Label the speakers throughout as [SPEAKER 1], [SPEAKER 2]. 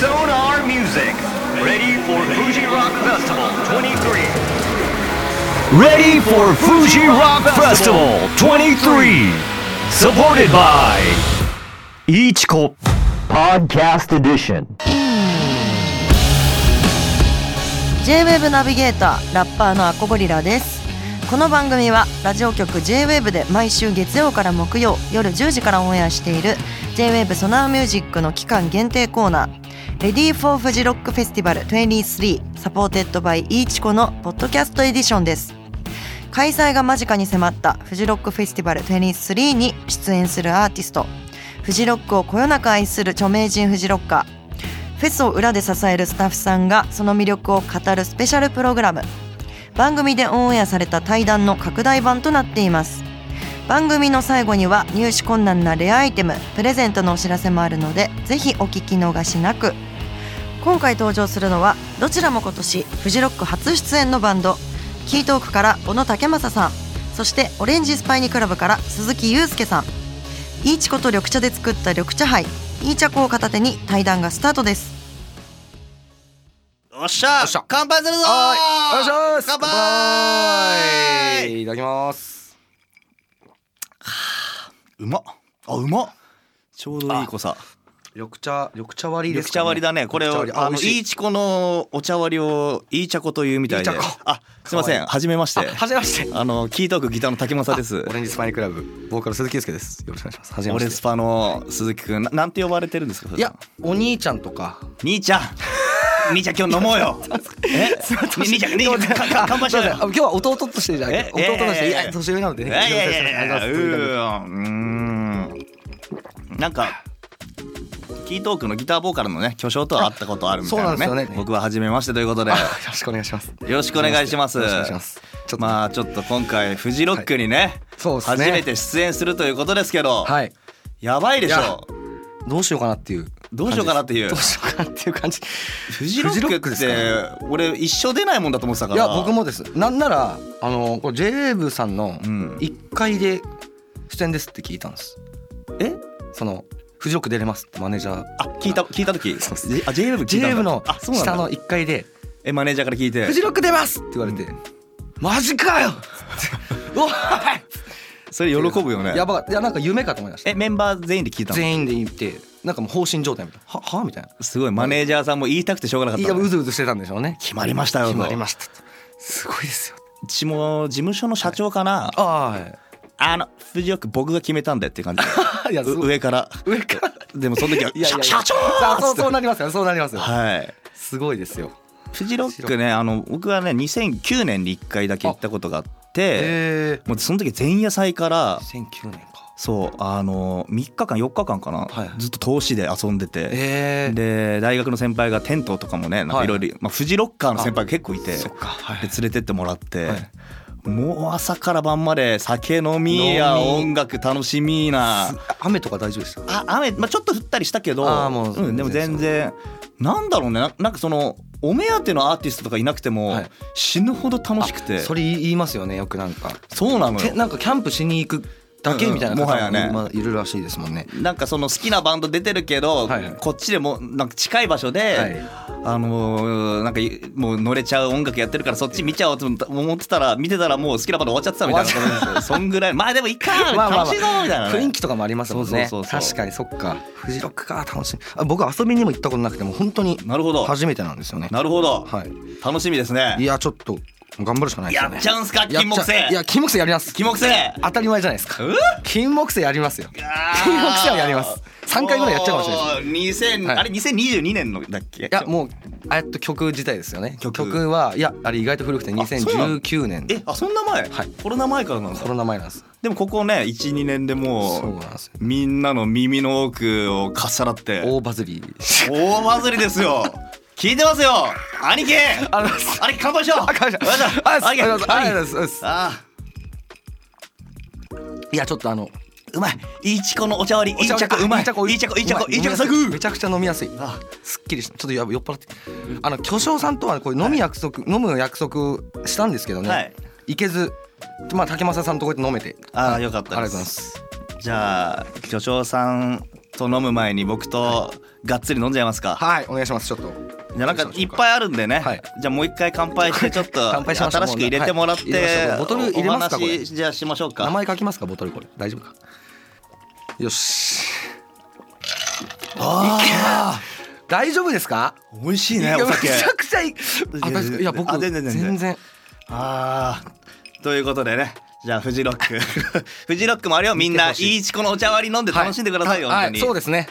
[SPEAKER 1] Sonar Music. Ready for Fuji Rock Festival 23. Ready for Fuji Rock Festival 23. Supported by Ichiko Podcast Edition.
[SPEAKER 2] J-WAVE ナビゲーターラッパーのアコゴリラですこの番組はラジオ局 J-WAVE で毎週月曜から木曜夜10時からオンエアしている J-WAVE ソナーミュージックの期間限定コーナー Ready for Fuji Rock Festival 23サポーテッドバイイーチコのポッドキャストエディションです開催が間近に迫ったフジロックフェスティバル23に出演するアーティストフジロックをこよなく愛する著名人フジロッカーフェスを裏で支えるスタッフさんがその魅力を語るスペシャルプログラム番組でオンエアされた対談の拡大版となっています番組の最後には入手困難なレアアイテムプレゼントのお知らせもあるのでぜひお聞き逃しなく今回登場するのはどちらも今年フジロック初出演のバンドキートークから小野武正さんそしてオレンジスパイニクラブから鈴木祐介さんいいちこと緑茶で作った緑茶杯いい茶粉を片手に対談がスタートです
[SPEAKER 3] おっしゃ
[SPEAKER 4] っしゃ
[SPEAKER 3] 乾杯するぞ
[SPEAKER 4] はい。お願いします。
[SPEAKER 3] 乾杯
[SPEAKER 4] 杯。いただきます。
[SPEAKER 3] うまっあ、うまっちょうどいい濃さ。
[SPEAKER 4] 緑茶、緑茶割りで
[SPEAKER 3] 緑
[SPEAKER 4] す
[SPEAKER 3] 茶割りだね。これを、あの、
[SPEAKER 4] あ、美味し
[SPEAKER 3] い
[SPEAKER 4] い
[SPEAKER 3] い。ちこのお茶割りを、いい茶こというみたいで
[SPEAKER 4] いい茶こ。
[SPEAKER 3] あ、すいませ
[SPEAKER 4] か
[SPEAKER 3] ん。
[SPEAKER 4] わいい
[SPEAKER 3] はじめまして。
[SPEAKER 4] はじめまして。
[SPEAKER 3] あの、キートークギターの竹正です
[SPEAKER 4] オ。レンジスパイニクラブ、ボーカル鈴木祐介です。よろしくお願いします。はじめ
[SPEAKER 3] オ
[SPEAKER 4] ま
[SPEAKER 3] レス
[SPEAKER 4] して。
[SPEAKER 3] パの鈴木くん、ななんて呼ばれてるんですか
[SPEAKER 4] いや、、お兄ちゃんとか。
[SPEAKER 3] 兄ちゃん。兄ちゃん今日飲もうよ。 え兄ちゃん、兄ちゃん、か か乾杯しようよ
[SPEAKER 4] あ。今日は弟としてじゃなくて、
[SPEAKER 3] え
[SPEAKER 4] 弟として、
[SPEAKER 3] え
[SPEAKER 4] いや、年上なので
[SPEAKER 3] い
[SPEAKER 4] ね。
[SPEAKER 3] やいやいやいや
[SPEAKER 4] あ
[SPEAKER 3] う
[SPEAKER 4] りがとうございます
[SPEAKER 3] ーんうーんなんかキートークのギターボーカルのね巨匠とは会ったことあるみたいなね
[SPEAKER 4] そうなんですよね
[SPEAKER 3] 僕は初めましてということで
[SPEAKER 4] あ
[SPEAKER 3] よ
[SPEAKER 4] よろしくお願いします。よ
[SPEAKER 3] ろしくお願いします
[SPEAKER 4] ろしくお願いします。ちょっと、
[SPEAKER 3] まあちょっと今回フジロックにね,、
[SPEAKER 4] そうです
[SPEAKER 3] 初
[SPEAKER 4] ね。
[SPEAKER 3] めて出演するということですけど、
[SPEAKER 4] はい。
[SPEAKER 3] やばいでし
[SPEAKER 4] いや
[SPEAKER 3] ょ
[SPEAKER 4] どうしようかなっていう。
[SPEAKER 3] どうしようかなっていう
[SPEAKER 4] どうしようかなっていう感じ。
[SPEAKER 3] フジロックっ
[SPEAKER 4] フジロッ
[SPEAKER 3] て俺一生出ないもんだと思ってたか
[SPEAKER 4] い
[SPEAKER 3] ら
[SPEAKER 4] や僕もですなんならあのこれ JWAVE さんの
[SPEAKER 3] うん
[SPEAKER 4] 1階で出演ですって聞いたんです
[SPEAKER 3] え
[SPEAKER 4] そのフジロック出れますってマネージャー
[SPEAKER 3] あ聞いた聞いた時
[SPEAKER 4] そうです
[SPEAKER 3] あ JWAVE 聞いたん
[SPEAKER 4] JWAVE
[SPEAKER 3] だ
[SPEAKER 4] の
[SPEAKER 3] あそうなんだ
[SPEAKER 4] 下の1階で
[SPEAKER 3] えマネージャーから聞い
[SPEAKER 4] 「
[SPEAKER 3] て
[SPEAKER 4] フジロック出ます!」って言われて「マジ かよ!」お
[SPEAKER 3] それ喜ぶよね
[SPEAKER 4] いやばかったいやなんか夢かと思いました
[SPEAKER 3] えメンバー全員で聞いたの
[SPEAKER 4] 全員で行ってなんかもう放心状態みたいな「ははみたいな
[SPEAKER 3] すごいマネージャーさんも言いたくてしょうがなか
[SPEAKER 4] い
[SPEAKER 3] っ
[SPEAKER 4] や
[SPEAKER 3] た
[SPEAKER 4] う
[SPEAKER 3] ね
[SPEAKER 4] ずうずしてたんでしょうね
[SPEAKER 3] 決まりましたよ
[SPEAKER 4] 決まりましたとすごいですよ
[SPEAKER 3] うちも事務所の社長かな
[SPEAKER 4] ああはい
[SPEAKER 3] あのフジロック僕が決めたんだよっていう感じ
[SPEAKER 4] いやす
[SPEAKER 3] う
[SPEAKER 4] ごい
[SPEAKER 3] 上から
[SPEAKER 4] 上から
[SPEAKER 3] でもその時はい
[SPEAKER 4] やいやい
[SPEAKER 3] 社
[SPEAKER 4] や
[SPEAKER 3] 社
[SPEAKER 4] さあそう
[SPEAKER 3] 長
[SPEAKER 4] そうなりますよそうなりますよ
[SPEAKER 3] はい
[SPEAKER 4] すごいですよ
[SPEAKER 3] フジロックねあの僕はね2009年に1回だけ行ったことがあって
[SPEAKER 4] ええ
[SPEAKER 3] もうその時前夜祭から
[SPEAKER 4] 2009年か
[SPEAKER 3] そうあの3日間4日間かな
[SPEAKER 4] はい
[SPEAKER 3] ずっと投資で遊んでて
[SPEAKER 4] ええ
[SPEAKER 3] で大学の先輩がテントとかもねなんかいろいろまあフジロッカーの先輩が結構いて
[SPEAKER 4] そっかは
[SPEAKER 3] で
[SPEAKER 4] い
[SPEAKER 3] 連れてってもらって、
[SPEAKER 4] はい
[SPEAKER 3] もう朝から晩まで酒飲みや
[SPEAKER 4] 飲み
[SPEAKER 3] 音楽楽しみな
[SPEAKER 4] 雨とか大丈夫ですか
[SPEAKER 3] あ雨、まあ、ちょっと降ったりしたけど、
[SPEAKER 4] あーもうん
[SPEAKER 3] でも全
[SPEAKER 4] 全
[SPEAKER 3] 然なんだろうねななんかそのお目当てのアーティストとかいなくても、
[SPEAKER 4] はい
[SPEAKER 3] 死ぬほど楽しくて
[SPEAKER 4] そ
[SPEAKER 3] そ
[SPEAKER 4] れ言いますよねよくなんか
[SPEAKER 3] うなの
[SPEAKER 4] て
[SPEAKER 3] よ
[SPEAKER 4] なんかキャンプしに行くだけみた
[SPEAKER 3] う
[SPEAKER 4] いな
[SPEAKER 3] んうんも
[SPEAKER 4] 方
[SPEAKER 3] はやね
[SPEAKER 4] もいるらしいですもんね
[SPEAKER 3] なんかその好きなバンド出てるけど、
[SPEAKER 4] はいはい
[SPEAKER 3] こっちでもなんか近い場所で、
[SPEAKER 4] はい
[SPEAKER 3] あのーなんかもう乗れちゃう音楽やってるからそっち見ちゃおうと思ってたら見てたらもう好きなバンド終わっちゃってたみたいなことなんですよそんぐらいまあでもいいか
[SPEAKER 4] まあまあまあ
[SPEAKER 3] 楽しいぞみたいなね、
[SPEAKER 4] 雰囲気とかもありますもんね
[SPEAKER 3] そうそうそうそう
[SPEAKER 4] 確かにそっかフジロックか楽しみあ僕遊びにも行ったことなくてもう本当に
[SPEAKER 3] なるほど
[SPEAKER 4] 初めてなんですよね
[SPEAKER 3] なるほど、
[SPEAKER 4] はい
[SPEAKER 3] 楽しみですね
[SPEAKER 4] いやちょっと頑張るしかないです
[SPEAKER 3] や
[SPEAKER 4] よね
[SPEAKER 3] っちゃうんすか金木
[SPEAKER 4] やっちゃい
[SPEAKER 3] 犀
[SPEAKER 4] や金木犀やります
[SPEAKER 3] 金木犀
[SPEAKER 4] 当たり前じゃないですか
[SPEAKER 3] う
[SPEAKER 4] 金木犀やりますよ金
[SPEAKER 3] 金
[SPEAKER 4] 木犀はやります三回ぐらいやっちゃうかもしれない
[SPEAKER 3] です2000、
[SPEAKER 4] はい
[SPEAKER 3] あれ2022年のだっけ
[SPEAKER 4] いやもうあやっと曲自体ですよね
[SPEAKER 3] 曲
[SPEAKER 4] 曲はいやあれ意外と古くて
[SPEAKER 3] あそうなの
[SPEAKER 4] 2019年
[SPEAKER 3] えあそんな前、
[SPEAKER 4] はい
[SPEAKER 3] コロナ前からなんだ
[SPEAKER 4] コロナ前なんです
[SPEAKER 3] でもここね12年で
[SPEAKER 4] そう
[SPEAKER 3] も
[SPEAKER 4] なんですよ
[SPEAKER 3] うみんなの耳の奥をかっさらって
[SPEAKER 4] 大バズり
[SPEAKER 3] 大バズりですよ聞いてますよ兄貴
[SPEAKER 4] あの
[SPEAKER 3] 兄貴乾杯しよう
[SPEAKER 4] あかんしゃあありがとうございますありがとうございます
[SPEAKER 3] あ
[SPEAKER 4] いやちょっとあの
[SPEAKER 3] ーうまいいいちこのお茶割りいいちゃこうまいいいちゃこいいちゃこいいちゃこいいちゃこ最
[SPEAKER 4] め
[SPEAKER 3] 高
[SPEAKER 4] ちゃくちゃ飲みやすい
[SPEAKER 3] あ
[SPEAKER 4] すっきりしたちょっとやばい酔っ払ってあの巨匠さんとはこれ飲み約束飲む約束したんですけど
[SPEAKER 3] は
[SPEAKER 4] ね
[SPEAKER 3] い
[SPEAKER 4] 行けずまあ竹正さんとこうやって飲めて
[SPEAKER 3] あーよかっ
[SPEAKER 4] ありがと
[SPEAKER 3] た
[SPEAKER 4] う
[SPEAKER 3] で
[SPEAKER 4] ございますす
[SPEAKER 3] じゃあ巨匠さんと飲む前に僕とがっつり飲んじゃいますか。
[SPEAKER 4] はいお願いしますちょっと
[SPEAKER 3] じゃあなんかいっぱいあるんでね、
[SPEAKER 4] はい
[SPEAKER 3] じゃあもう一回乾杯してちょっと
[SPEAKER 4] 乾杯しましょう
[SPEAKER 3] 新しく入れてもらって、
[SPEAKER 4] はい入れましょうボトル入れますか
[SPEAKER 3] お
[SPEAKER 4] これ
[SPEAKER 3] 話じゃあしましょうか
[SPEAKER 4] 名前書きますかボトルこれ大丈夫かよしああ大丈夫ですか
[SPEAKER 3] 美味しい
[SPEAKER 4] い
[SPEAKER 3] ね
[SPEAKER 4] や
[SPEAKER 3] お
[SPEAKER 4] め
[SPEAKER 3] 酒
[SPEAKER 4] ちゃくちゃいい
[SPEAKER 3] いや
[SPEAKER 4] あ大丈夫ですかいや僕
[SPEAKER 3] あ全然全然
[SPEAKER 4] 全然
[SPEAKER 3] あーということでねじゃあフジロック フジロックもあれをみんない
[SPEAKER 4] 見てほしい
[SPEAKER 3] いいちこのお茶割り飲んで楽しんでくださいよ、
[SPEAKER 4] は
[SPEAKER 3] 本当
[SPEAKER 4] い
[SPEAKER 3] に
[SPEAKER 4] そうですね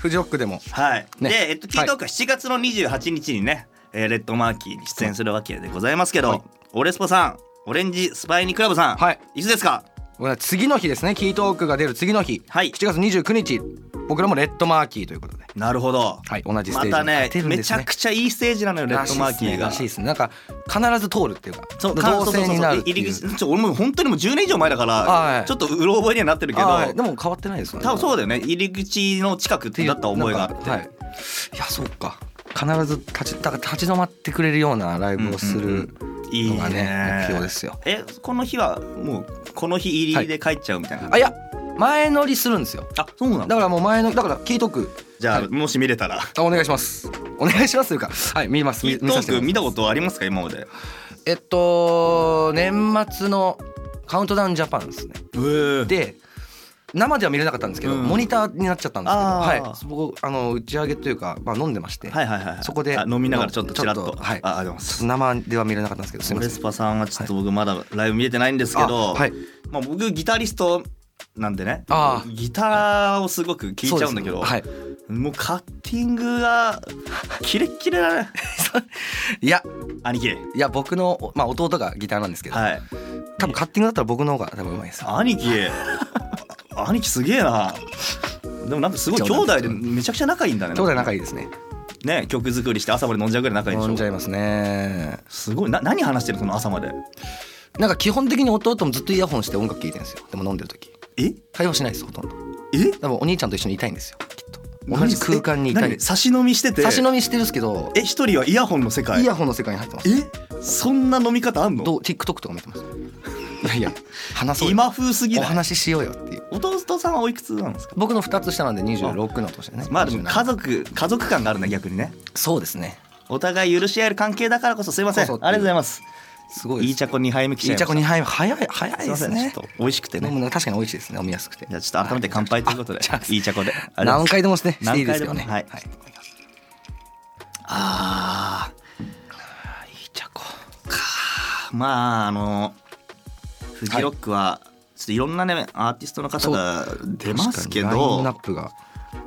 [SPEAKER 4] フジロックでも
[SPEAKER 3] はい、
[SPEAKER 4] ね
[SPEAKER 3] で、えっと、キートークは7月の28日にね、えーレッドマーキーに出演するわけでございますけど、
[SPEAKER 4] はい
[SPEAKER 3] オレスポさんオレンジスパイニクラブさん、
[SPEAKER 4] はい、
[SPEAKER 3] いつですか
[SPEAKER 4] 次の日ですねキートークが出る次の日、
[SPEAKER 3] はい
[SPEAKER 4] 7月29日僕らもレッドマーキーということで、
[SPEAKER 3] なるほど、
[SPEAKER 4] はい、同じス
[SPEAKER 3] ま
[SPEAKER 4] テージに
[SPEAKER 3] たね
[SPEAKER 4] 立てるん
[SPEAKER 3] め
[SPEAKER 4] で
[SPEAKER 3] ち
[SPEAKER 4] すね
[SPEAKER 3] ゃくちゃいいステージなのよレッドマーキーが
[SPEAKER 4] らしいですねらしいですねなんか必ず通るっていうか
[SPEAKER 3] そうか
[SPEAKER 4] 同
[SPEAKER 3] そうそう
[SPEAKER 4] 性
[SPEAKER 3] そう
[SPEAKER 4] になるって
[SPEAKER 3] 入
[SPEAKER 4] い
[SPEAKER 3] り
[SPEAKER 4] う
[SPEAKER 3] 口ちょ俺もう本当にもう10年以上前だから、
[SPEAKER 4] はい
[SPEAKER 3] ちょっとうろ覚えにはなってるけど、
[SPEAKER 4] はいでも変わってないですよね
[SPEAKER 3] 多分そうだよね入り口の近く
[SPEAKER 4] っていう
[SPEAKER 3] だった思いがあっ
[SPEAKER 4] なん
[SPEAKER 3] て、
[SPEAKER 4] かはい、いやそうか必ず立ちだから立ち止まってくれるようなライブをす
[SPEAKER 3] うん
[SPEAKER 4] る
[SPEAKER 3] いい
[SPEAKER 4] のがね、
[SPEAKER 3] ね
[SPEAKER 4] 目標ですよ
[SPEAKER 3] えこの日はもうこの日入りで帰っちゃうみたいな、
[SPEAKER 4] あいや前乗りするんですよ
[SPEAKER 3] あそうなん
[SPEAKER 4] だ
[SPEAKER 3] だ
[SPEAKER 4] からもう前のだからキートーク
[SPEAKER 3] じゃあ、
[SPEAKER 4] はい
[SPEAKER 3] もし見れたら
[SPEAKER 4] あお願いしますお願いしますというかはい見ます
[SPEAKER 3] キ
[SPEAKER 4] 見
[SPEAKER 3] ット
[SPEAKER 4] 見さ
[SPEAKER 3] ー
[SPEAKER 4] せ
[SPEAKER 3] ク
[SPEAKER 4] てもらい
[SPEAKER 3] 見た
[SPEAKER 4] ます
[SPEAKER 3] ことありますか今までへ
[SPEAKER 4] えっと年末のカウントダウンジャパンですね
[SPEAKER 3] え
[SPEAKER 4] で生では見れなかったんですけど、
[SPEAKER 3] うん
[SPEAKER 4] モニターになっちゃったんですけど、
[SPEAKER 3] あー
[SPEAKER 4] はい、僕あの打ち上げというか、まあ、飲んでまして、
[SPEAKER 3] はいはいはい
[SPEAKER 4] そこで
[SPEAKER 3] あ飲みながらちょっとちらっと
[SPEAKER 4] はい、
[SPEAKER 3] ああでも
[SPEAKER 4] ちょっと生では見れなかったんですけどす
[SPEAKER 3] オ
[SPEAKER 4] みませ
[SPEAKER 3] レ
[SPEAKER 4] ん
[SPEAKER 3] スパさんはちょっと僕まだライブ見れてないんですけど、
[SPEAKER 4] あはい
[SPEAKER 3] まあ、僕ギタリストなんでね
[SPEAKER 4] あー
[SPEAKER 3] ギターをすごく聴いちゃうんだけど、
[SPEAKER 4] そうですね
[SPEAKER 3] もうカッティングがキレッキレだね
[SPEAKER 4] はい、いや
[SPEAKER 3] 兄貴
[SPEAKER 4] いや僕の、まあ、弟がギターなんですけど、
[SPEAKER 3] はい
[SPEAKER 4] 多分カッティングだったら僕の方が多分うまいです
[SPEAKER 3] 兄貴兄貴すげえなでもなんかすごい兄弟でめちゃくちゃ仲いいんだね
[SPEAKER 4] 兄弟仲いいですね
[SPEAKER 3] ね曲作りして朝まで飲んじゃうぐらい仲いいん
[SPEAKER 4] 飲ん
[SPEAKER 3] で
[SPEAKER 4] じ
[SPEAKER 3] し
[SPEAKER 4] ゃい
[SPEAKER 3] ょ
[SPEAKER 4] ますね
[SPEAKER 3] すごいな何話してるその朝まで
[SPEAKER 4] なんか基本的に弟もずっとイヤホンして音楽聴いてるんですよでも飲んでる時
[SPEAKER 3] え
[SPEAKER 4] 会話しないですほとんど
[SPEAKER 3] え
[SPEAKER 4] 多分お兄ちゃんと一緒にいたいんですよきっと同じ空間にいたい
[SPEAKER 3] 何差し飲みしてて
[SPEAKER 4] 差し飲みしてるんですけど
[SPEAKER 3] え一人はイヤホンの世界
[SPEAKER 4] イヤホンの世界に入ってます
[SPEAKER 3] えそんな飲み方あんの
[SPEAKER 4] どう TikTok とか見てますいやいや話そうよ
[SPEAKER 3] 今風すぎ
[SPEAKER 4] お
[SPEAKER 3] ない
[SPEAKER 4] 話ししようよっていう
[SPEAKER 3] 弟さんはおいくつなんですか
[SPEAKER 4] 僕の2つ下なんで26の年でね
[SPEAKER 3] まあでも
[SPEAKER 4] 27
[SPEAKER 3] 家族家族感があるね逆にね
[SPEAKER 4] そうですね
[SPEAKER 3] お互い許し合える関係だからこそすいませんあ
[SPEAKER 4] そう
[SPEAKER 3] り
[SPEAKER 4] そう
[SPEAKER 3] がとうございます
[SPEAKER 4] すごいで
[SPEAKER 3] い
[SPEAKER 4] す
[SPEAKER 3] いちゃこ2杯目来ちゃい
[SPEAKER 4] いい
[SPEAKER 3] ま
[SPEAKER 4] ち
[SPEAKER 3] し
[SPEAKER 4] ゃこ
[SPEAKER 3] た
[SPEAKER 4] に早い早い早い
[SPEAKER 3] すい
[SPEAKER 4] で
[SPEAKER 3] ませ
[SPEAKER 4] す
[SPEAKER 3] んちょっ
[SPEAKER 4] ね
[SPEAKER 3] と美味しくて
[SPEAKER 4] 飲
[SPEAKER 3] ね
[SPEAKER 4] むの確かに美味しいですね飲みやすくて
[SPEAKER 3] じゃあちょっと改めて乾杯ということで
[SPEAKER 4] あじゃあ
[SPEAKER 3] いいちゃこでありがとう
[SPEAKER 4] 何
[SPEAKER 3] ござい
[SPEAKER 4] 回でもしてしていいですよ
[SPEAKER 3] 何回で
[SPEAKER 4] ね
[SPEAKER 3] もはいますあ
[SPEAKER 4] いいちゃこ
[SPEAKER 3] ーまああのフジロックはちょっといろんなねアーティストの方が出ますけ
[SPEAKER 4] 確かにライ
[SPEAKER 3] ど
[SPEAKER 4] ンナップが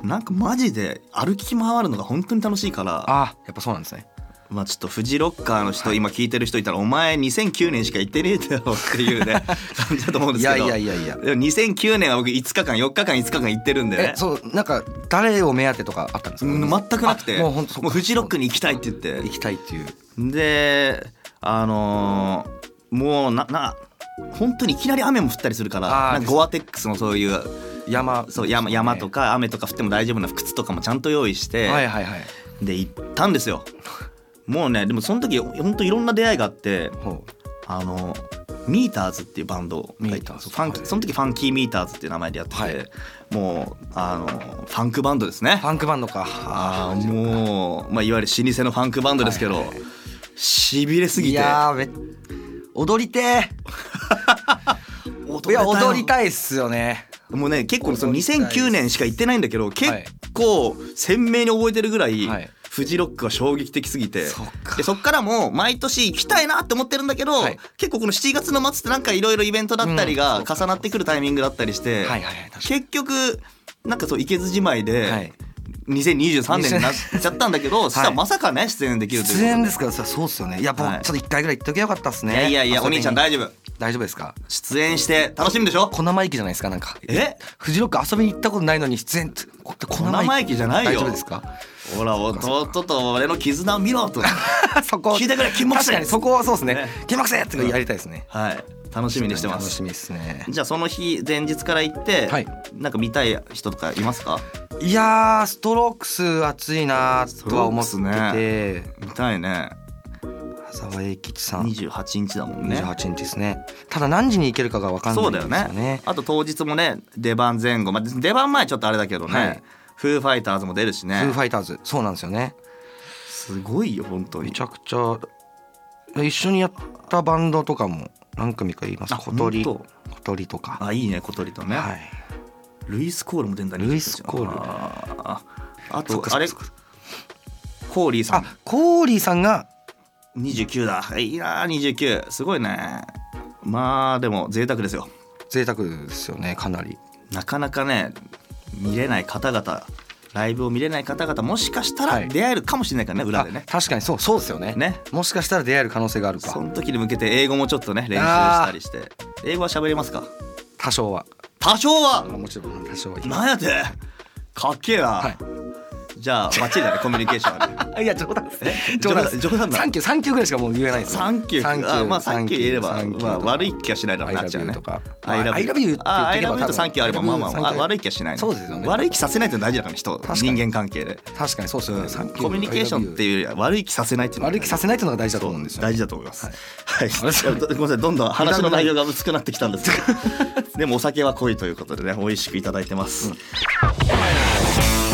[SPEAKER 3] なんかマジで歩き回るのが本当に楽しいから
[SPEAKER 4] あやっぱそうなんですね
[SPEAKER 3] まあちょっとフジロッカーの人、今聞いてる人いたらお前2009年しか行ってねえだろっていう ね感じだと思うんで
[SPEAKER 4] い
[SPEAKER 3] す
[SPEAKER 4] や
[SPEAKER 3] け
[SPEAKER 4] い
[SPEAKER 3] ど
[SPEAKER 4] やいやいや
[SPEAKER 3] でも2009年は僕5日間4日間5日間行ってるんでね
[SPEAKER 4] えそうなんか誰を目当てとかあったんです
[SPEAKER 3] う
[SPEAKER 4] か
[SPEAKER 3] ん全くなくて
[SPEAKER 4] あもう本当
[SPEAKER 3] もうフジロックに行きたいって言って
[SPEAKER 4] 行きたいっていう
[SPEAKER 3] であのーもうなな本当にいきなり雨も降ったりするから
[SPEAKER 4] あー
[SPEAKER 3] なんかゴアテックスのそういう
[SPEAKER 4] 山
[SPEAKER 3] そう山山とか雨とか降っても大丈夫な靴とかもちゃんと用意して、
[SPEAKER 4] はいはいはい
[SPEAKER 3] で行ったんですよ。もうねでもその時本当いろんな出会いがあって
[SPEAKER 4] ほ
[SPEAKER 3] あのミーターズっていうバンドがい
[SPEAKER 4] ミータ
[SPEAKER 3] た
[SPEAKER 4] ーズ
[SPEAKER 3] ファンキー
[SPEAKER 4] はい
[SPEAKER 3] その時ファンキーミーターズっていう名前でやってて、
[SPEAKER 4] はい
[SPEAKER 3] もうあのファンクバンドですね
[SPEAKER 4] うファンクバンドか
[SPEAKER 3] あ
[SPEAKER 4] ー
[SPEAKER 3] ーもう、まあ、いわゆる老舗のファンクバンドですけど、
[SPEAKER 4] はいはいはい
[SPEAKER 3] しびれすぎて
[SPEAKER 4] いやーめ踊りてーい
[SPEAKER 3] れ
[SPEAKER 4] や
[SPEAKER 3] たよ
[SPEAKER 4] 踊りたいっすよね
[SPEAKER 3] もうね結構その
[SPEAKER 4] 踊りたいです
[SPEAKER 3] 2009年しか行ってないんだけど結構鮮明に覚えてるぐらい、
[SPEAKER 4] はい
[SPEAKER 3] フジロックは衝撃的すぎて
[SPEAKER 4] そっか
[SPEAKER 3] でそっからも毎年行きたいなって思ってるんだけど、
[SPEAKER 4] はい
[SPEAKER 3] 結構この7月の末ってなんかいろいろイベントだったり
[SPEAKER 4] う
[SPEAKER 3] が
[SPEAKER 4] ん
[SPEAKER 3] 重なってくるタイミングだったりして、
[SPEAKER 4] はいはいはい確か
[SPEAKER 3] 結局なんかそう行けずじまいで、
[SPEAKER 4] にはい
[SPEAKER 3] 2023年になっちゃったんだけど、そしたらまさかね出演できるという
[SPEAKER 4] 出演ですからさそうっすよねいや僕
[SPEAKER 3] はい
[SPEAKER 4] ちょっと一回ぐらい言っときゃよかったっすね
[SPEAKER 3] いやいやいやお兄ちゃん
[SPEAKER 4] 大
[SPEAKER 3] 大丈夫
[SPEAKER 4] 大丈夫ですか
[SPEAKER 3] 出演して楽しみでしょ
[SPEAKER 4] 小生意気じゃないですかなんか
[SPEAKER 3] え
[SPEAKER 4] フジロック遊びに行ったことないのに出演ってこ小
[SPEAKER 3] 小生意気じゃないよ
[SPEAKER 4] 大丈夫です か
[SPEAKER 3] ほら弟と俺の絆を見ろと
[SPEAKER 4] そこ
[SPEAKER 3] 聞いてくれ金木犀
[SPEAKER 4] 確かにそこはそうです
[SPEAKER 3] ね
[SPEAKER 4] ね金木犀とかやりたいですね
[SPEAKER 3] はい楽しみにしてま
[SPEAKER 4] 楽
[SPEAKER 3] す
[SPEAKER 4] しみですね
[SPEAKER 3] じゃあその日前日から行って、
[SPEAKER 4] はい
[SPEAKER 3] なんか見たい人とかいますか
[SPEAKER 4] いやーストロークス熱いなーとは思って
[SPEAKER 3] ストロー
[SPEAKER 4] て
[SPEAKER 3] 見たいね
[SPEAKER 4] 矢沢永吉さん
[SPEAKER 3] 28日だもんね
[SPEAKER 4] 28日ですねただ何時に行けるかが分かんない
[SPEAKER 3] そうん
[SPEAKER 4] で
[SPEAKER 3] だ
[SPEAKER 4] す
[SPEAKER 3] よ
[SPEAKER 4] よ
[SPEAKER 3] ね
[SPEAKER 4] ね
[SPEAKER 3] あと当日もね出番前後、まあ、出番前ちょっとあれだけどね、
[SPEAKER 4] はい
[SPEAKER 3] フーファイターズも出るし
[SPEAKER 4] フー
[SPEAKER 3] ね
[SPEAKER 4] ファイターズそうなんですよね
[SPEAKER 3] すごいよ本当
[SPEAKER 4] め
[SPEAKER 3] に
[SPEAKER 4] ちゃくちゃ一緒にやったバンドとかも何組か言います
[SPEAKER 3] あ
[SPEAKER 4] 小鳥
[SPEAKER 3] 本
[SPEAKER 4] 小鳥とか
[SPEAKER 3] あいいね小鳥とね、
[SPEAKER 4] はい
[SPEAKER 3] ルイス・コールも出んだね
[SPEAKER 4] ルイスコール
[SPEAKER 3] あーあ
[SPEAKER 4] そ
[SPEAKER 3] と
[SPEAKER 4] っかそっか
[SPEAKER 3] あれ
[SPEAKER 4] そっか
[SPEAKER 3] コーリーさん
[SPEAKER 4] あコーリーさんが
[SPEAKER 3] 29だいいな29すごいねまあでも贅沢ですよ
[SPEAKER 4] 贅沢ですよねかなり
[SPEAKER 3] なかなかね見れない方々ライブを見れない方々もしかした
[SPEAKER 4] は
[SPEAKER 3] ら
[SPEAKER 4] い
[SPEAKER 3] 出会えるかもしれないからね裏
[SPEAKER 4] あ
[SPEAKER 3] でね
[SPEAKER 4] 確かにそうそうですよね
[SPEAKER 3] ね
[SPEAKER 4] もしかしたら出会える可能性がある
[SPEAKER 3] そ
[SPEAKER 4] か
[SPEAKER 3] の時に向けて英語もちょっとね練習したりして英語は喋れますか
[SPEAKER 4] 多少は
[SPEAKER 3] 多少
[SPEAKER 4] あ
[SPEAKER 3] は
[SPEAKER 4] もちろん多少は
[SPEAKER 3] なんやてかっけえな、
[SPEAKER 4] はい
[SPEAKER 3] じゃあバッチリだねコミュニケーションある
[SPEAKER 4] いや冗談です
[SPEAKER 3] え
[SPEAKER 4] 冗談です
[SPEAKER 3] 冗談だ
[SPEAKER 4] サンキューサンキューぐらいしかもう言えないです
[SPEAKER 3] サンキュー
[SPEAKER 4] サンキュ
[SPEAKER 3] あ
[SPEAKER 4] ー
[SPEAKER 3] まあサンキュー言えれば、
[SPEAKER 4] サンキュー
[SPEAKER 3] まあ、悪い気はしないだろうな
[SPEAKER 4] ア
[SPEAKER 3] っ
[SPEAKER 4] イ
[SPEAKER 3] ちゃ
[SPEAKER 4] ラ
[SPEAKER 3] う
[SPEAKER 4] ブ
[SPEAKER 3] ね
[SPEAKER 4] ユーとか
[SPEAKER 3] アイラブユー
[SPEAKER 4] I love you って言っとけば
[SPEAKER 3] あアイラブユー
[SPEAKER 4] 多
[SPEAKER 3] と
[SPEAKER 4] 分
[SPEAKER 3] サンキューあればまあまあ、まあ、
[SPEAKER 4] サンキュー
[SPEAKER 3] 悪い気はしない、
[SPEAKER 4] そうですよね
[SPEAKER 3] 悪い気させないって大事だから人
[SPEAKER 4] 確か
[SPEAKER 3] 人
[SPEAKER 4] に
[SPEAKER 3] 間関係で
[SPEAKER 4] 確かにそうですよねサンキュー
[SPEAKER 3] コミュニケーションっていうよりは悪い気させないっていうのが
[SPEAKER 4] 悪い気させないっていうのが大事だと思うんですよ
[SPEAKER 3] 大
[SPEAKER 4] ね
[SPEAKER 3] 事だと思います。
[SPEAKER 4] はい
[SPEAKER 3] はい、
[SPEAKER 4] あれ
[SPEAKER 3] いやど ごめんなさい、どんどん話の内容が薄くなってきたんです けど。でもお酒は濃いということでね、美味しくいただいてます。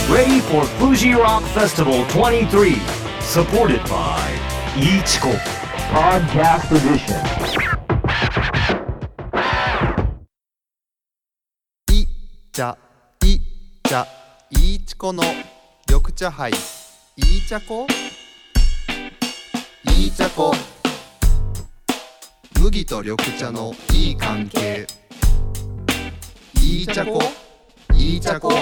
[SPEAKER 1] Ready for Fuji Rock Festival 23, supported by Ichiko Podcast Edition.
[SPEAKER 5] い茶い茶いいちこの緑茶杯いい茶こいい茶こ麦と緑茶のいい関係いい茶こいい茶こ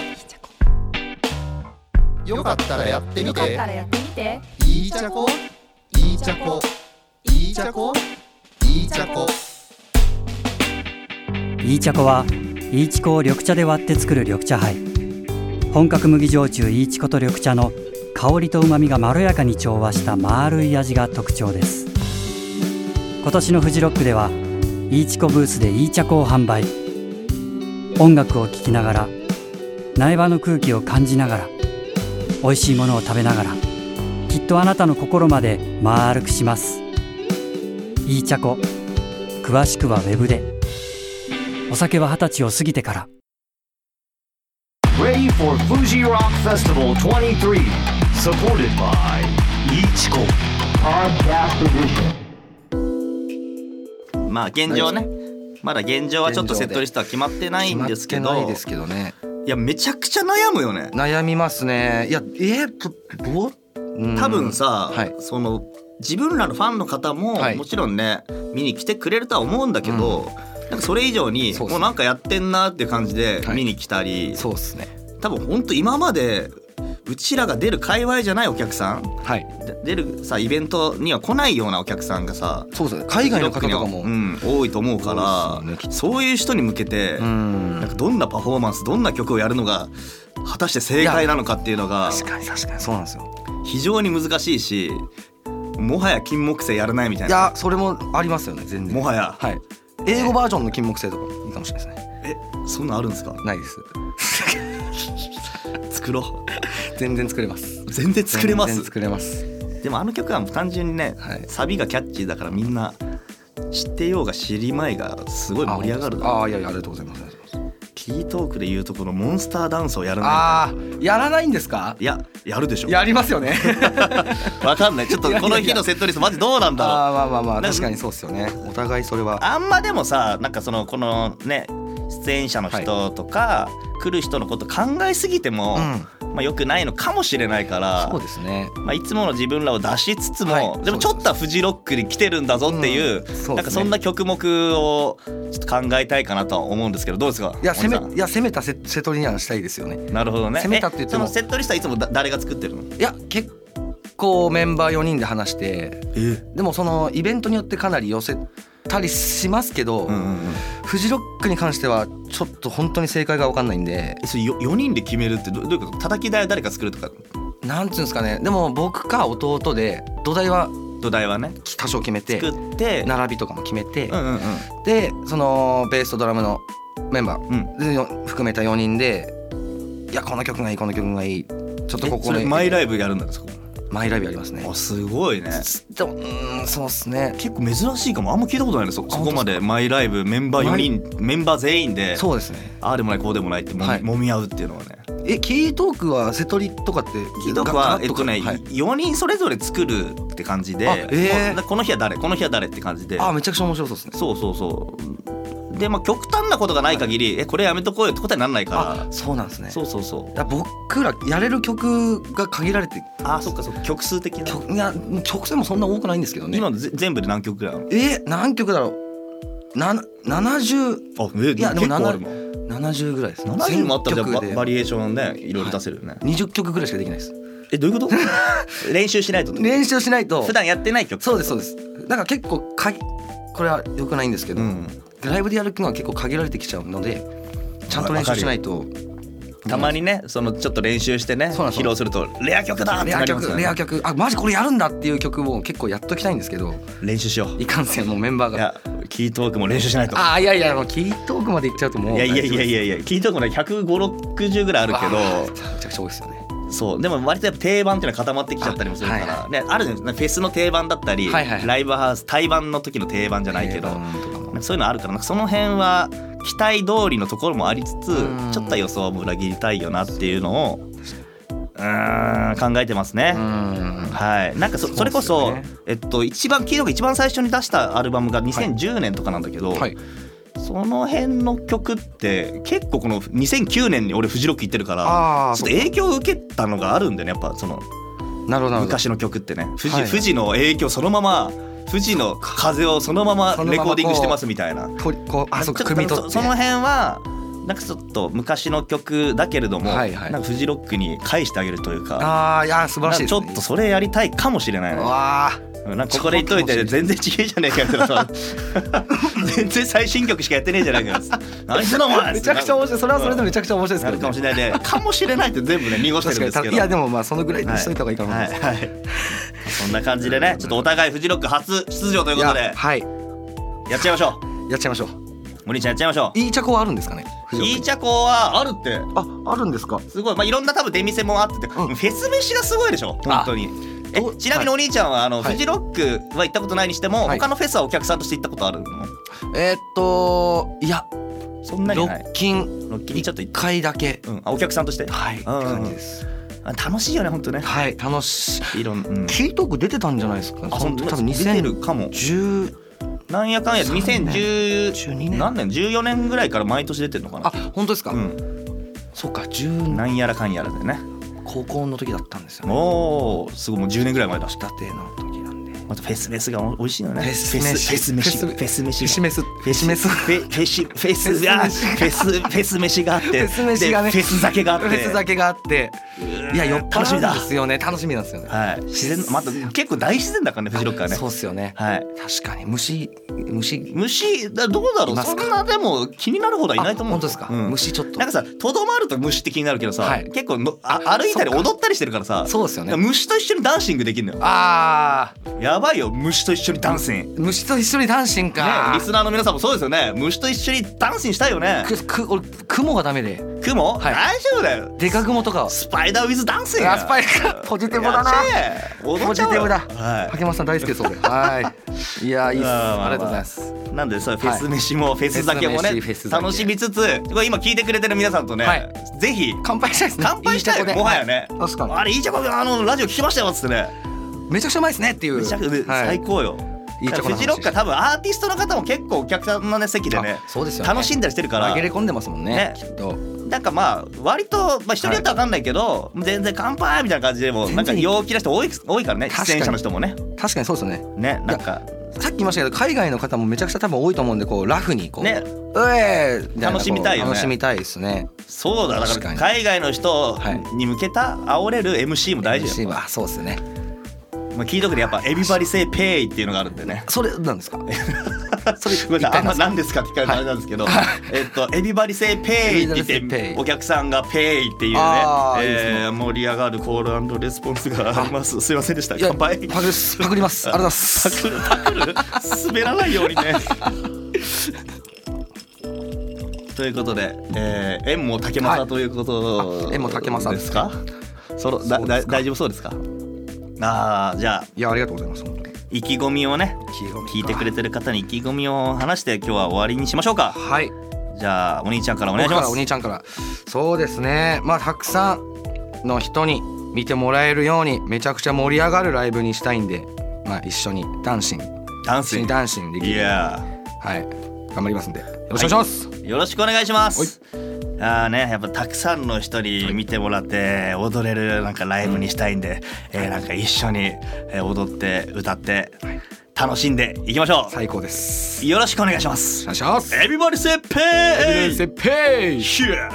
[SPEAKER 5] よかったらやってみ
[SPEAKER 6] よかったら
[SPEAKER 5] て
[SPEAKER 6] やってみて
[SPEAKER 5] いい茶こいい茶こいい茶こいい茶こ
[SPEAKER 7] イーチャコはイーチコを緑茶で割って作る緑茶杯本格麦焼酎イーチコと緑茶の香りとうまみがまろやかに調和した丸い味が特徴です今年のフジロックではイーチコブースでイーチャコを販売音楽を聴きながら苗場の空気を感じながら美味しいものを食べながらきっとあなたの心まで丸くしますイーチャコ詳しくはウェブでお酒は二十歳を過ぎてから
[SPEAKER 1] Ready for Fuji Rock Festival 23, supported by Ichiko Podcast Edition.
[SPEAKER 3] まあ現状ね、まだ現状はちょっとセットリストは決まってないんですけ
[SPEAKER 4] 決まっ
[SPEAKER 3] ど、
[SPEAKER 4] てないですけどね
[SPEAKER 3] いやめちゃくちゃ悩むよね。
[SPEAKER 4] 悩みますねいやえー、とどううん
[SPEAKER 3] 多分さ、
[SPEAKER 4] はい
[SPEAKER 3] その自分らのファンの方も、
[SPEAKER 4] はい
[SPEAKER 3] もちろんね見に来てくれるとは思うんだけど、なんかそれ以上に
[SPEAKER 4] そうっすね
[SPEAKER 3] もうなんかやってんなっていう感じで
[SPEAKER 4] はい
[SPEAKER 3] 見に来たり、
[SPEAKER 4] そうですね
[SPEAKER 3] 多分ほんと今までうちらが出る界隈じゃないお客さん
[SPEAKER 4] はい
[SPEAKER 3] で出るさイベントには来ないようなお客さんがさ
[SPEAKER 4] そうですね海外の方とかも
[SPEAKER 3] う、ん、多いと思うから
[SPEAKER 4] そうですよねきっと
[SPEAKER 3] そういう人に向けて、
[SPEAKER 4] うん
[SPEAKER 3] なんかどんなパフォーマンスどんな曲をやるのが果たして正解なのかっていうのが
[SPEAKER 4] 確かに確かにそうなんですよ
[SPEAKER 3] 非常に難しいしもはや金木犀やらないみたい
[SPEAKER 4] い
[SPEAKER 3] な
[SPEAKER 4] やそれもありますよね全然
[SPEAKER 3] もはや、
[SPEAKER 4] はい英語バージョンの金木犀とかいいかもしれないですね
[SPEAKER 3] えそんなんあるんですか
[SPEAKER 4] ないです
[SPEAKER 3] 作ろ
[SPEAKER 4] 全然作れます
[SPEAKER 3] う全然作れま
[SPEAKER 4] 全然
[SPEAKER 3] す
[SPEAKER 4] 作れます
[SPEAKER 3] でもあの曲はもう単純にね、
[SPEAKER 4] はい
[SPEAKER 3] サビがキャッチーだからみんな知ってようが知りまいがすごい盛り上がるだろう
[SPEAKER 4] ああいやいやありがとうございます
[SPEAKER 3] キートークで言うとこのモンスターダンスをやらない
[SPEAKER 4] ああやらないんですか
[SPEAKER 3] いややるでしょ
[SPEAKER 4] やり ますよね
[SPEAKER 3] わかんないちょっと
[SPEAKER 4] いやい
[SPEAKER 3] こ
[SPEAKER 4] やい
[SPEAKER 3] の日
[SPEAKER 4] や
[SPEAKER 3] のセットリストマジどうなんだろう
[SPEAKER 4] ああまあまあま
[SPEAKER 3] な
[SPEAKER 4] あ
[SPEAKER 3] んか
[SPEAKER 4] 確かにそうですよねお互いそれは
[SPEAKER 3] あんまでもさなんかそのこのね出演者の人とか、来る人のこと考えすぎても、
[SPEAKER 4] う
[SPEAKER 3] まあ、よくないのかもしれないから
[SPEAKER 4] そうですね
[SPEAKER 3] まあ、いつもの自分らを出しつつも、
[SPEAKER 4] はい
[SPEAKER 3] でもちょっとはフジロックに来てるんだぞっていう,、
[SPEAKER 4] うんそうですね
[SPEAKER 3] なんかそんな曲目をちょっと考えたいかなとは思うんですけどどうですか
[SPEAKER 4] いや攻
[SPEAKER 3] 森さ
[SPEAKER 4] めいや攻めたセセトリにはしたいですよね
[SPEAKER 3] んなるほどね
[SPEAKER 4] 攻めたって言っても
[SPEAKER 3] えそのセットリストはいつもだ誰が作ってるの
[SPEAKER 4] いや結構メンバー4人で話してでもそのイベントによってかなり寄せたりしますけど、
[SPEAKER 3] うんうんうん
[SPEAKER 4] フジロックに関してはちょっと本当に正解が分かんないんで
[SPEAKER 3] えそれよ4人で決めるってどどういうこと叩き台は誰か作るとか
[SPEAKER 4] なんつうんですかねでも僕か弟で土台は
[SPEAKER 3] 土台はね
[SPEAKER 4] 多少決めて
[SPEAKER 3] 作って
[SPEAKER 4] 並びとかも決めて、
[SPEAKER 3] うんうんうん
[SPEAKER 4] でそのベースとドラムのメンバ
[SPEAKER 3] うん
[SPEAKER 4] ーでよ含めた4人で「いやこの曲がいいこの曲がいい」ちょっとこ
[SPEAKER 3] えそ
[SPEAKER 4] こで
[SPEAKER 3] れマイライブやるんですか
[SPEAKER 4] マイラビありますね
[SPEAKER 3] あすごいね
[SPEAKER 4] でもうーんそうっすね
[SPEAKER 3] 結構珍しいかもあんま聞いたことないねそそこまでマイライブメンバー4人メンバー全員で
[SPEAKER 4] そうですね
[SPEAKER 3] ああでもないこうでもないってもみ,、
[SPEAKER 4] はい
[SPEAKER 3] 揉み合うっていうのはね
[SPEAKER 4] えキートークはセトリとかって
[SPEAKER 3] キートーク
[SPEAKER 4] ガ
[SPEAKER 3] は
[SPEAKER 4] ラ
[SPEAKER 3] えっ
[SPEAKER 4] ッ
[SPEAKER 3] と
[SPEAKER 4] か
[SPEAKER 3] ね、
[SPEAKER 4] はい
[SPEAKER 3] 4人それぞれ作るって感じで、
[SPEAKER 4] あえー
[SPEAKER 3] この日は誰この日は誰って感じで
[SPEAKER 4] あめちゃくちゃ面白そうですね
[SPEAKER 3] そうそうそうでまあ極端なことがない限り、えこれやめとこうよってことにならない
[SPEAKER 4] あ
[SPEAKER 3] か
[SPEAKER 4] そうなんです
[SPEAKER 3] ら
[SPEAKER 4] ね
[SPEAKER 3] そうそうそう
[SPEAKER 4] だから僕らやれる曲が限られて
[SPEAKER 3] あそっかそっか曲数的な
[SPEAKER 4] 曲いや曲数もそんな多くないんですけどね
[SPEAKER 3] 今のぜ全部で何曲ぐらいあるの
[SPEAKER 4] え何曲だろうな
[SPEAKER 3] あ
[SPEAKER 4] 7070
[SPEAKER 3] え
[SPEAKER 4] いやでも
[SPEAKER 3] 結構あるも
[SPEAKER 4] ぐらいですね
[SPEAKER 3] 7人もあったらじゃあ
[SPEAKER 4] 全曲
[SPEAKER 3] バ
[SPEAKER 4] で
[SPEAKER 3] バリエーションねいろいろ出せるよね、
[SPEAKER 4] 20曲ぐらいしかできないです
[SPEAKER 3] えどういうこと 練習しないとってこと
[SPEAKER 4] 練習しないと
[SPEAKER 3] 普段やってない曲
[SPEAKER 4] そうですそうですだから結構かいこれは良くないんですけど、
[SPEAKER 3] うん
[SPEAKER 4] ライブでやるのは結構限られてきちゃうのでちゃんと練習しないと
[SPEAKER 3] たまにねそのちょっと練習してね
[SPEAKER 4] そうなんです
[SPEAKER 3] 披露するとレア曲だって
[SPEAKER 4] レ
[SPEAKER 3] な
[SPEAKER 4] ア
[SPEAKER 3] りますよ
[SPEAKER 4] 曲
[SPEAKER 3] ね
[SPEAKER 4] レア曲あマジこれやるんだっていう曲を結構やっときたいんですけど
[SPEAKER 3] 練習しよう
[SPEAKER 4] いかんせんもうメンバー
[SPEAKER 3] い
[SPEAKER 4] が
[SPEAKER 3] やキートークも練習しないと
[SPEAKER 4] あーいやいやもうキートークまでいっちゃうともう
[SPEAKER 3] いやいやいやい
[SPEAKER 4] や
[SPEAKER 3] やいやキートークもね15060ぐらいあるけど
[SPEAKER 4] めちゃくちゃ多いですよね
[SPEAKER 3] そうでも割とやっぱ定番っていうのは固まってきちゃったりもするから
[SPEAKER 4] あ
[SPEAKER 3] ねあるじゃないですかフェスの定番だったり、
[SPEAKER 4] はいはいはい
[SPEAKER 3] ライブハウス対バンの時の定番じゃないけど、
[SPEAKER 4] 定番とかも
[SPEAKER 3] そういうのあるからなんかその辺は期待通りのところもありつつ
[SPEAKER 4] うん
[SPEAKER 3] ちょっとは予想も裏切りたいよなっていうのをうーん考えてますね。
[SPEAKER 4] うん
[SPEAKER 3] はい、なんかそ
[SPEAKER 4] そうっすよね
[SPEAKER 3] それこそ、えっと、一番キーロが一番最初に出したアルバムが2010年とかなんだけど、
[SPEAKER 4] はい
[SPEAKER 3] その辺の曲って結構この2009年に俺フジロック行ってるから
[SPEAKER 4] あ
[SPEAKER 3] ちょっと影響を受けたのがあるんだよねやっぱその
[SPEAKER 4] なるほどなるほど
[SPEAKER 3] 昔の曲ってね富士,、
[SPEAKER 4] はい
[SPEAKER 3] 富士の影響そのまま富士の風をそのまま
[SPEAKER 4] そのままこう
[SPEAKER 3] レコーディングしてますみたいな。
[SPEAKER 4] とこうあそうか
[SPEAKER 3] ちょっと
[SPEAKER 4] 組み取って
[SPEAKER 3] そその辺はなんかちょっと昔の曲だけれども、
[SPEAKER 4] はいはい
[SPEAKER 3] なんかフジロックに返してあげるというか
[SPEAKER 4] あーいや素晴らしいです、
[SPEAKER 3] な
[SPEAKER 4] ね、
[SPEAKER 3] んかちょっとそれやりたいかもしれないね。
[SPEAKER 4] わあ
[SPEAKER 3] なんかここで言っといて全然違えじゃねえかよとか 全然最新曲しかやってねえじゃないかよ何してんのお前
[SPEAKER 4] めちゃくちゃ面白いそれはそれでめちゃくちゃ面白いです
[SPEAKER 3] な
[SPEAKER 4] け
[SPEAKER 3] る
[SPEAKER 4] ど、
[SPEAKER 3] かもしれないでかもしれないって全部ね濁してるんです
[SPEAKER 4] 確か
[SPEAKER 3] け
[SPEAKER 4] に
[SPEAKER 3] ど
[SPEAKER 4] いやでもまあそのぐらいにしといた方がいいかなと思
[SPEAKER 3] はいい
[SPEAKER 4] ます、
[SPEAKER 3] はいはいそんな感じでねちょっとお互いフジロック初出場ということで
[SPEAKER 4] やはい
[SPEAKER 3] やっちゃいましょ
[SPEAKER 4] やっちゃいましょう
[SPEAKER 3] うお兄ちゃんやっちゃいましょ
[SPEAKER 4] いいチャコはあるんですかね
[SPEAKER 3] ういいチャコはあるって
[SPEAKER 4] ああるんですか
[SPEAKER 3] すごいまあいろんな多分出店もあってて、
[SPEAKER 4] うん
[SPEAKER 3] フェス飯がすごいでしょ本当にえ
[SPEAKER 4] どう
[SPEAKER 3] ちなみにお兄ちゃんはあの、
[SPEAKER 4] はい
[SPEAKER 3] フジロックは行ったことないにしても、
[SPEAKER 4] はい
[SPEAKER 3] 他のフェスはお客さんとして行ったことあるの
[SPEAKER 4] えーっといや
[SPEAKER 3] そんなに
[SPEAKER 4] ロ
[SPEAKER 3] ない
[SPEAKER 4] ッキン
[SPEAKER 3] ロッキーにちょっと
[SPEAKER 4] 1
[SPEAKER 3] 行っ
[SPEAKER 4] 回だけ
[SPEAKER 3] うん、あお客さんとして
[SPEAKER 4] はいって
[SPEAKER 3] うんうん
[SPEAKER 4] 感じです
[SPEAKER 3] あ楽しいよね本当ね
[SPEAKER 4] はい楽しい
[SPEAKER 3] いろんうん
[SPEAKER 4] キートーク出てたんじゃないですか
[SPEAKER 3] あ
[SPEAKER 4] そ
[SPEAKER 3] 本
[SPEAKER 4] の
[SPEAKER 3] 当
[SPEAKER 4] 多分
[SPEAKER 3] 出てるかも
[SPEAKER 4] 2010
[SPEAKER 3] なんやかんや2010
[SPEAKER 4] 12年
[SPEAKER 3] 何年14年ぐらいから毎年出てるのかな
[SPEAKER 4] あ本当ですか、
[SPEAKER 3] うん
[SPEAKER 4] そうか10
[SPEAKER 3] なんやらかんやらでね
[SPEAKER 4] 高校の時だったんですよね
[SPEAKER 3] おおすごいもう10年ぐらい前だ
[SPEAKER 4] 仕立ての時なんで
[SPEAKER 3] またフェス飯がお美味しいよね
[SPEAKER 4] フェス
[SPEAKER 3] フェス飯フェス飯
[SPEAKER 4] フェス飯
[SPEAKER 3] フェス飯フェフェシフェス
[SPEAKER 4] フ
[SPEAKER 3] が
[SPEAKER 4] ェ
[SPEAKER 3] フェスフェス飯があって
[SPEAKER 4] フェス飯がね
[SPEAKER 3] でフェス酒があって
[SPEAKER 4] フェス酒があっていや酔っ
[SPEAKER 3] 楽し
[SPEAKER 4] 払
[SPEAKER 3] み
[SPEAKER 4] うん
[SPEAKER 3] だ
[SPEAKER 4] ですよね楽しみなんですよね
[SPEAKER 3] はい自然また結構大自然だからねフジロックはね
[SPEAKER 4] そうっすよね
[SPEAKER 3] はい
[SPEAKER 4] 確かに虫虫
[SPEAKER 3] 虫だどうだろう
[SPEAKER 4] います
[SPEAKER 3] そ
[SPEAKER 4] か
[SPEAKER 3] んなでも気になるほどはいないと思う
[SPEAKER 4] あ本当ですか、
[SPEAKER 3] ん
[SPEAKER 4] 虫ちょっと
[SPEAKER 3] なんかさとどまると虫って気になるけどさ、
[SPEAKER 4] はい
[SPEAKER 3] 結構のあ歩いたり
[SPEAKER 4] そっか
[SPEAKER 3] 踊ったりしてるからさ
[SPEAKER 4] そうですよ
[SPEAKER 3] だから
[SPEAKER 4] ね
[SPEAKER 3] 虫と一緒にダンシングできるのよ
[SPEAKER 4] あ
[SPEAKER 3] やばいよ虫と一緒にダンシングね
[SPEAKER 4] ー虫と一緒にダンシンか、
[SPEAKER 3] リスナーの皆さんもそうですよね虫と一緒にダンシングしたいよね
[SPEAKER 4] くく俺雲がダメで
[SPEAKER 3] 雲、
[SPEAKER 4] はい
[SPEAKER 3] 大丈夫だよ
[SPEAKER 4] デカ雲とか
[SPEAKER 3] スパイダーウィズダンシング
[SPEAKER 4] あスパイダーポジティブだな
[SPEAKER 3] やっちゃえ踊っちゃおうよ
[SPEAKER 4] ポジティブだ
[SPEAKER 3] は
[SPEAKER 4] 竹松さん大好きです俺はいいやいいっす
[SPEAKER 3] あーまあまあ
[SPEAKER 4] ありがとうございます
[SPEAKER 3] い、なんでそうフェス飯もフェス酒もね、
[SPEAKER 4] フェス飯フェス酒
[SPEAKER 3] 楽しみつつこれ今聞いてくれてる皆さんとね、
[SPEAKER 4] はい
[SPEAKER 3] ぜひ
[SPEAKER 4] 乾杯したいですね
[SPEAKER 3] 乾杯したい
[SPEAKER 4] いいとこで
[SPEAKER 3] もはやね、
[SPEAKER 4] はい確かに
[SPEAKER 3] あれいいチャコあのラジオ聞きましたよっつってね
[SPEAKER 4] めちゃくちゃうまいですねっていう
[SPEAKER 3] めちゃくちゃ
[SPEAKER 4] はい
[SPEAKER 3] 最高よ。
[SPEAKER 4] いいとこの話
[SPEAKER 3] フジロックは多分アーティストの方も結構お客さんのね席でね
[SPEAKER 4] あそうですよね
[SPEAKER 3] 楽しんだりしてるから
[SPEAKER 4] 紛れ込んでますもんね
[SPEAKER 3] ね
[SPEAKER 4] きっと
[SPEAKER 3] なんかまあ割とまあ人によっては分かんないけど全然乾杯みたいな感じでも
[SPEAKER 4] 全
[SPEAKER 3] な
[SPEAKER 4] 然
[SPEAKER 3] んか陽気な人多い多いからね
[SPEAKER 4] 確かに
[SPEAKER 3] 出演者の人もね
[SPEAKER 4] 確かにそうですよね
[SPEAKER 3] ねなんか
[SPEAKER 4] さっき言いましたけど海外の方もめちゃくちゃ多分多いと思うんでこうラフにこう
[SPEAKER 3] ね
[SPEAKER 4] うえーみな
[SPEAKER 3] 楽しみたいよね
[SPEAKER 4] 楽しみたいですね
[SPEAKER 3] そうだだ
[SPEAKER 4] 確
[SPEAKER 3] か
[SPEAKER 4] からに
[SPEAKER 3] 海外の人
[SPEAKER 4] はい
[SPEAKER 3] に向けた煽れる MC も大事
[SPEAKER 4] MC
[SPEAKER 3] よ。
[SPEAKER 4] はそうですね
[SPEAKER 3] まあ聞いとくでやっぱエビバリセイペイっていうのがあるんでね。
[SPEAKER 4] それなんですかそれ
[SPEAKER 3] ごめんなさい、あんま
[SPEAKER 4] 一体
[SPEAKER 3] 何ですかって聞かれたらあれなんですけど、えっと、エビバリセイペイって
[SPEAKER 4] エビバリセイ
[SPEAKER 3] 言っ
[SPEAKER 4] ペ
[SPEAKER 3] て、
[SPEAKER 4] イ
[SPEAKER 3] お客さんがペイっていうね、
[SPEAKER 4] あーいいですね
[SPEAKER 3] えー盛り上がるコールレスポンスがあります。すいませんでした。
[SPEAKER 4] いや
[SPEAKER 3] 乾杯。
[SPEAKER 4] パクり ますパクりますありがとうございます
[SPEAKER 3] パクる、パクる、滑らないようにね。ということで、えー、縁も竹正ということ、
[SPEAKER 4] はいあ縁も竹正
[SPEAKER 3] ですか。その、だ、
[SPEAKER 4] そう
[SPEAKER 3] だ
[SPEAKER 4] ですか
[SPEAKER 3] 大丈夫そうですか。ああ、じゃあ、
[SPEAKER 4] いやありがとうございます本当に
[SPEAKER 3] 意気込みをね。
[SPEAKER 4] 意気込みか
[SPEAKER 3] 聞いてくれてる方に意気込みを話して今日は終わりにしましょうか
[SPEAKER 4] はい
[SPEAKER 3] じゃあお兄ちゃんからお願いし
[SPEAKER 4] 僕か
[SPEAKER 3] ま
[SPEAKER 4] ら
[SPEAKER 3] す
[SPEAKER 4] お兄ちゃんからそうですねまあたくさんの人に見てもらえるようにめちゃくちゃ盛り上がるライブにしたいんでまあ一緒にダンシン
[SPEAKER 3] ダン
[SPEAKER 4] 一
[SPEAKER 3] ス
[SPEAKER 4] 緒にダンシンでき
[SPEAKER 3] い
[SPEAKER 4] るように
[SPEAKER 3] や
[SPEAKER 4] はい頑張りますんでよろしくお願いします、
[SPEAKER 3] ーよろしくお願いしますああねやっぱたくさんの人に見てもらって踊れるなんかライブにしたいんで、えーなんか一緒にえー踊って歌って楽しんでいきましょ
[SPEAKER 4] 最高です
[SPEAKER 3] うよろしくお願いします
[SPEAKER 4] お願いします
[SPEAKER 3] エビバリセッペ
[SPEAKER 4] エビデン
[SPEAKER 3] ー
[SPEAKER 4] スペイ
[SPEAKER 3] ヒュー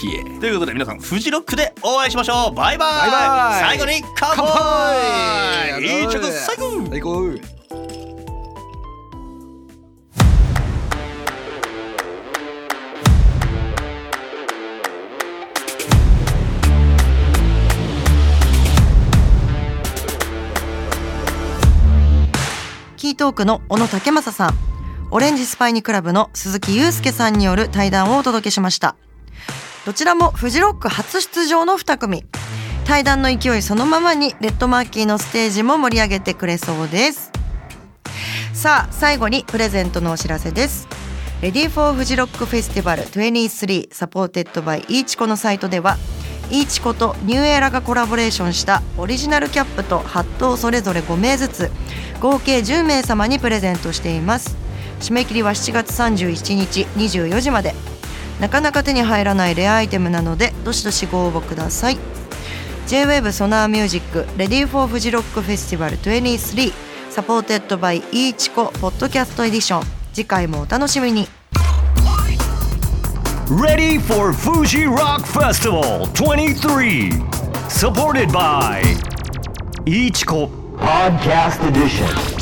[SPEAKER 4] ヒエ
[SPEAKER 3] ということで皆さんフジロックでお会いしましょうバイバイ
[SPEAKER 4] バイバ
[SPEAKER 3] 最
[SPEAKER 4] イ
[SPEAKER 3] 後に乾
[SPEAKER 4] 乾
[SPEAKER 3] 杯
[SPEAKER 4] 杯
[SPEAKER 3] いい曲最高
[SPEAKER 4] 最高
[SPEAKER 2] キートークの小野武正さん、オレンジスパイニクラブの鈴木祐介さんによる対談をお届けしました。どちらもフジロック初出場の2組。対談の勢いそのままにレッドマーキーのステージも盛り上げてくれそうです。さあ、最後にプレゼントのお知らせです。レディーフォーフジロックフェスティバル23サポーテッドバイイーチコのサイトではイーチコとニューエラがコラボレーションしたオリジナルキャップとハットをそれぞれ5名ずつ合計10名様にプレゼントしています締め切りは7月31日24時までなかなか手に入らないレアアイテムなのでどしどしご応募ください J-WAVE ソナーミュージックレディーフォーフジロックフェスティバル23サポーテッドバイイーチコポッドキャストエディション次回もお楽しみに
[SPEAKER 1] Ready for Fuji Rock Festival 23. Supported by Ichiko Podcast Edition.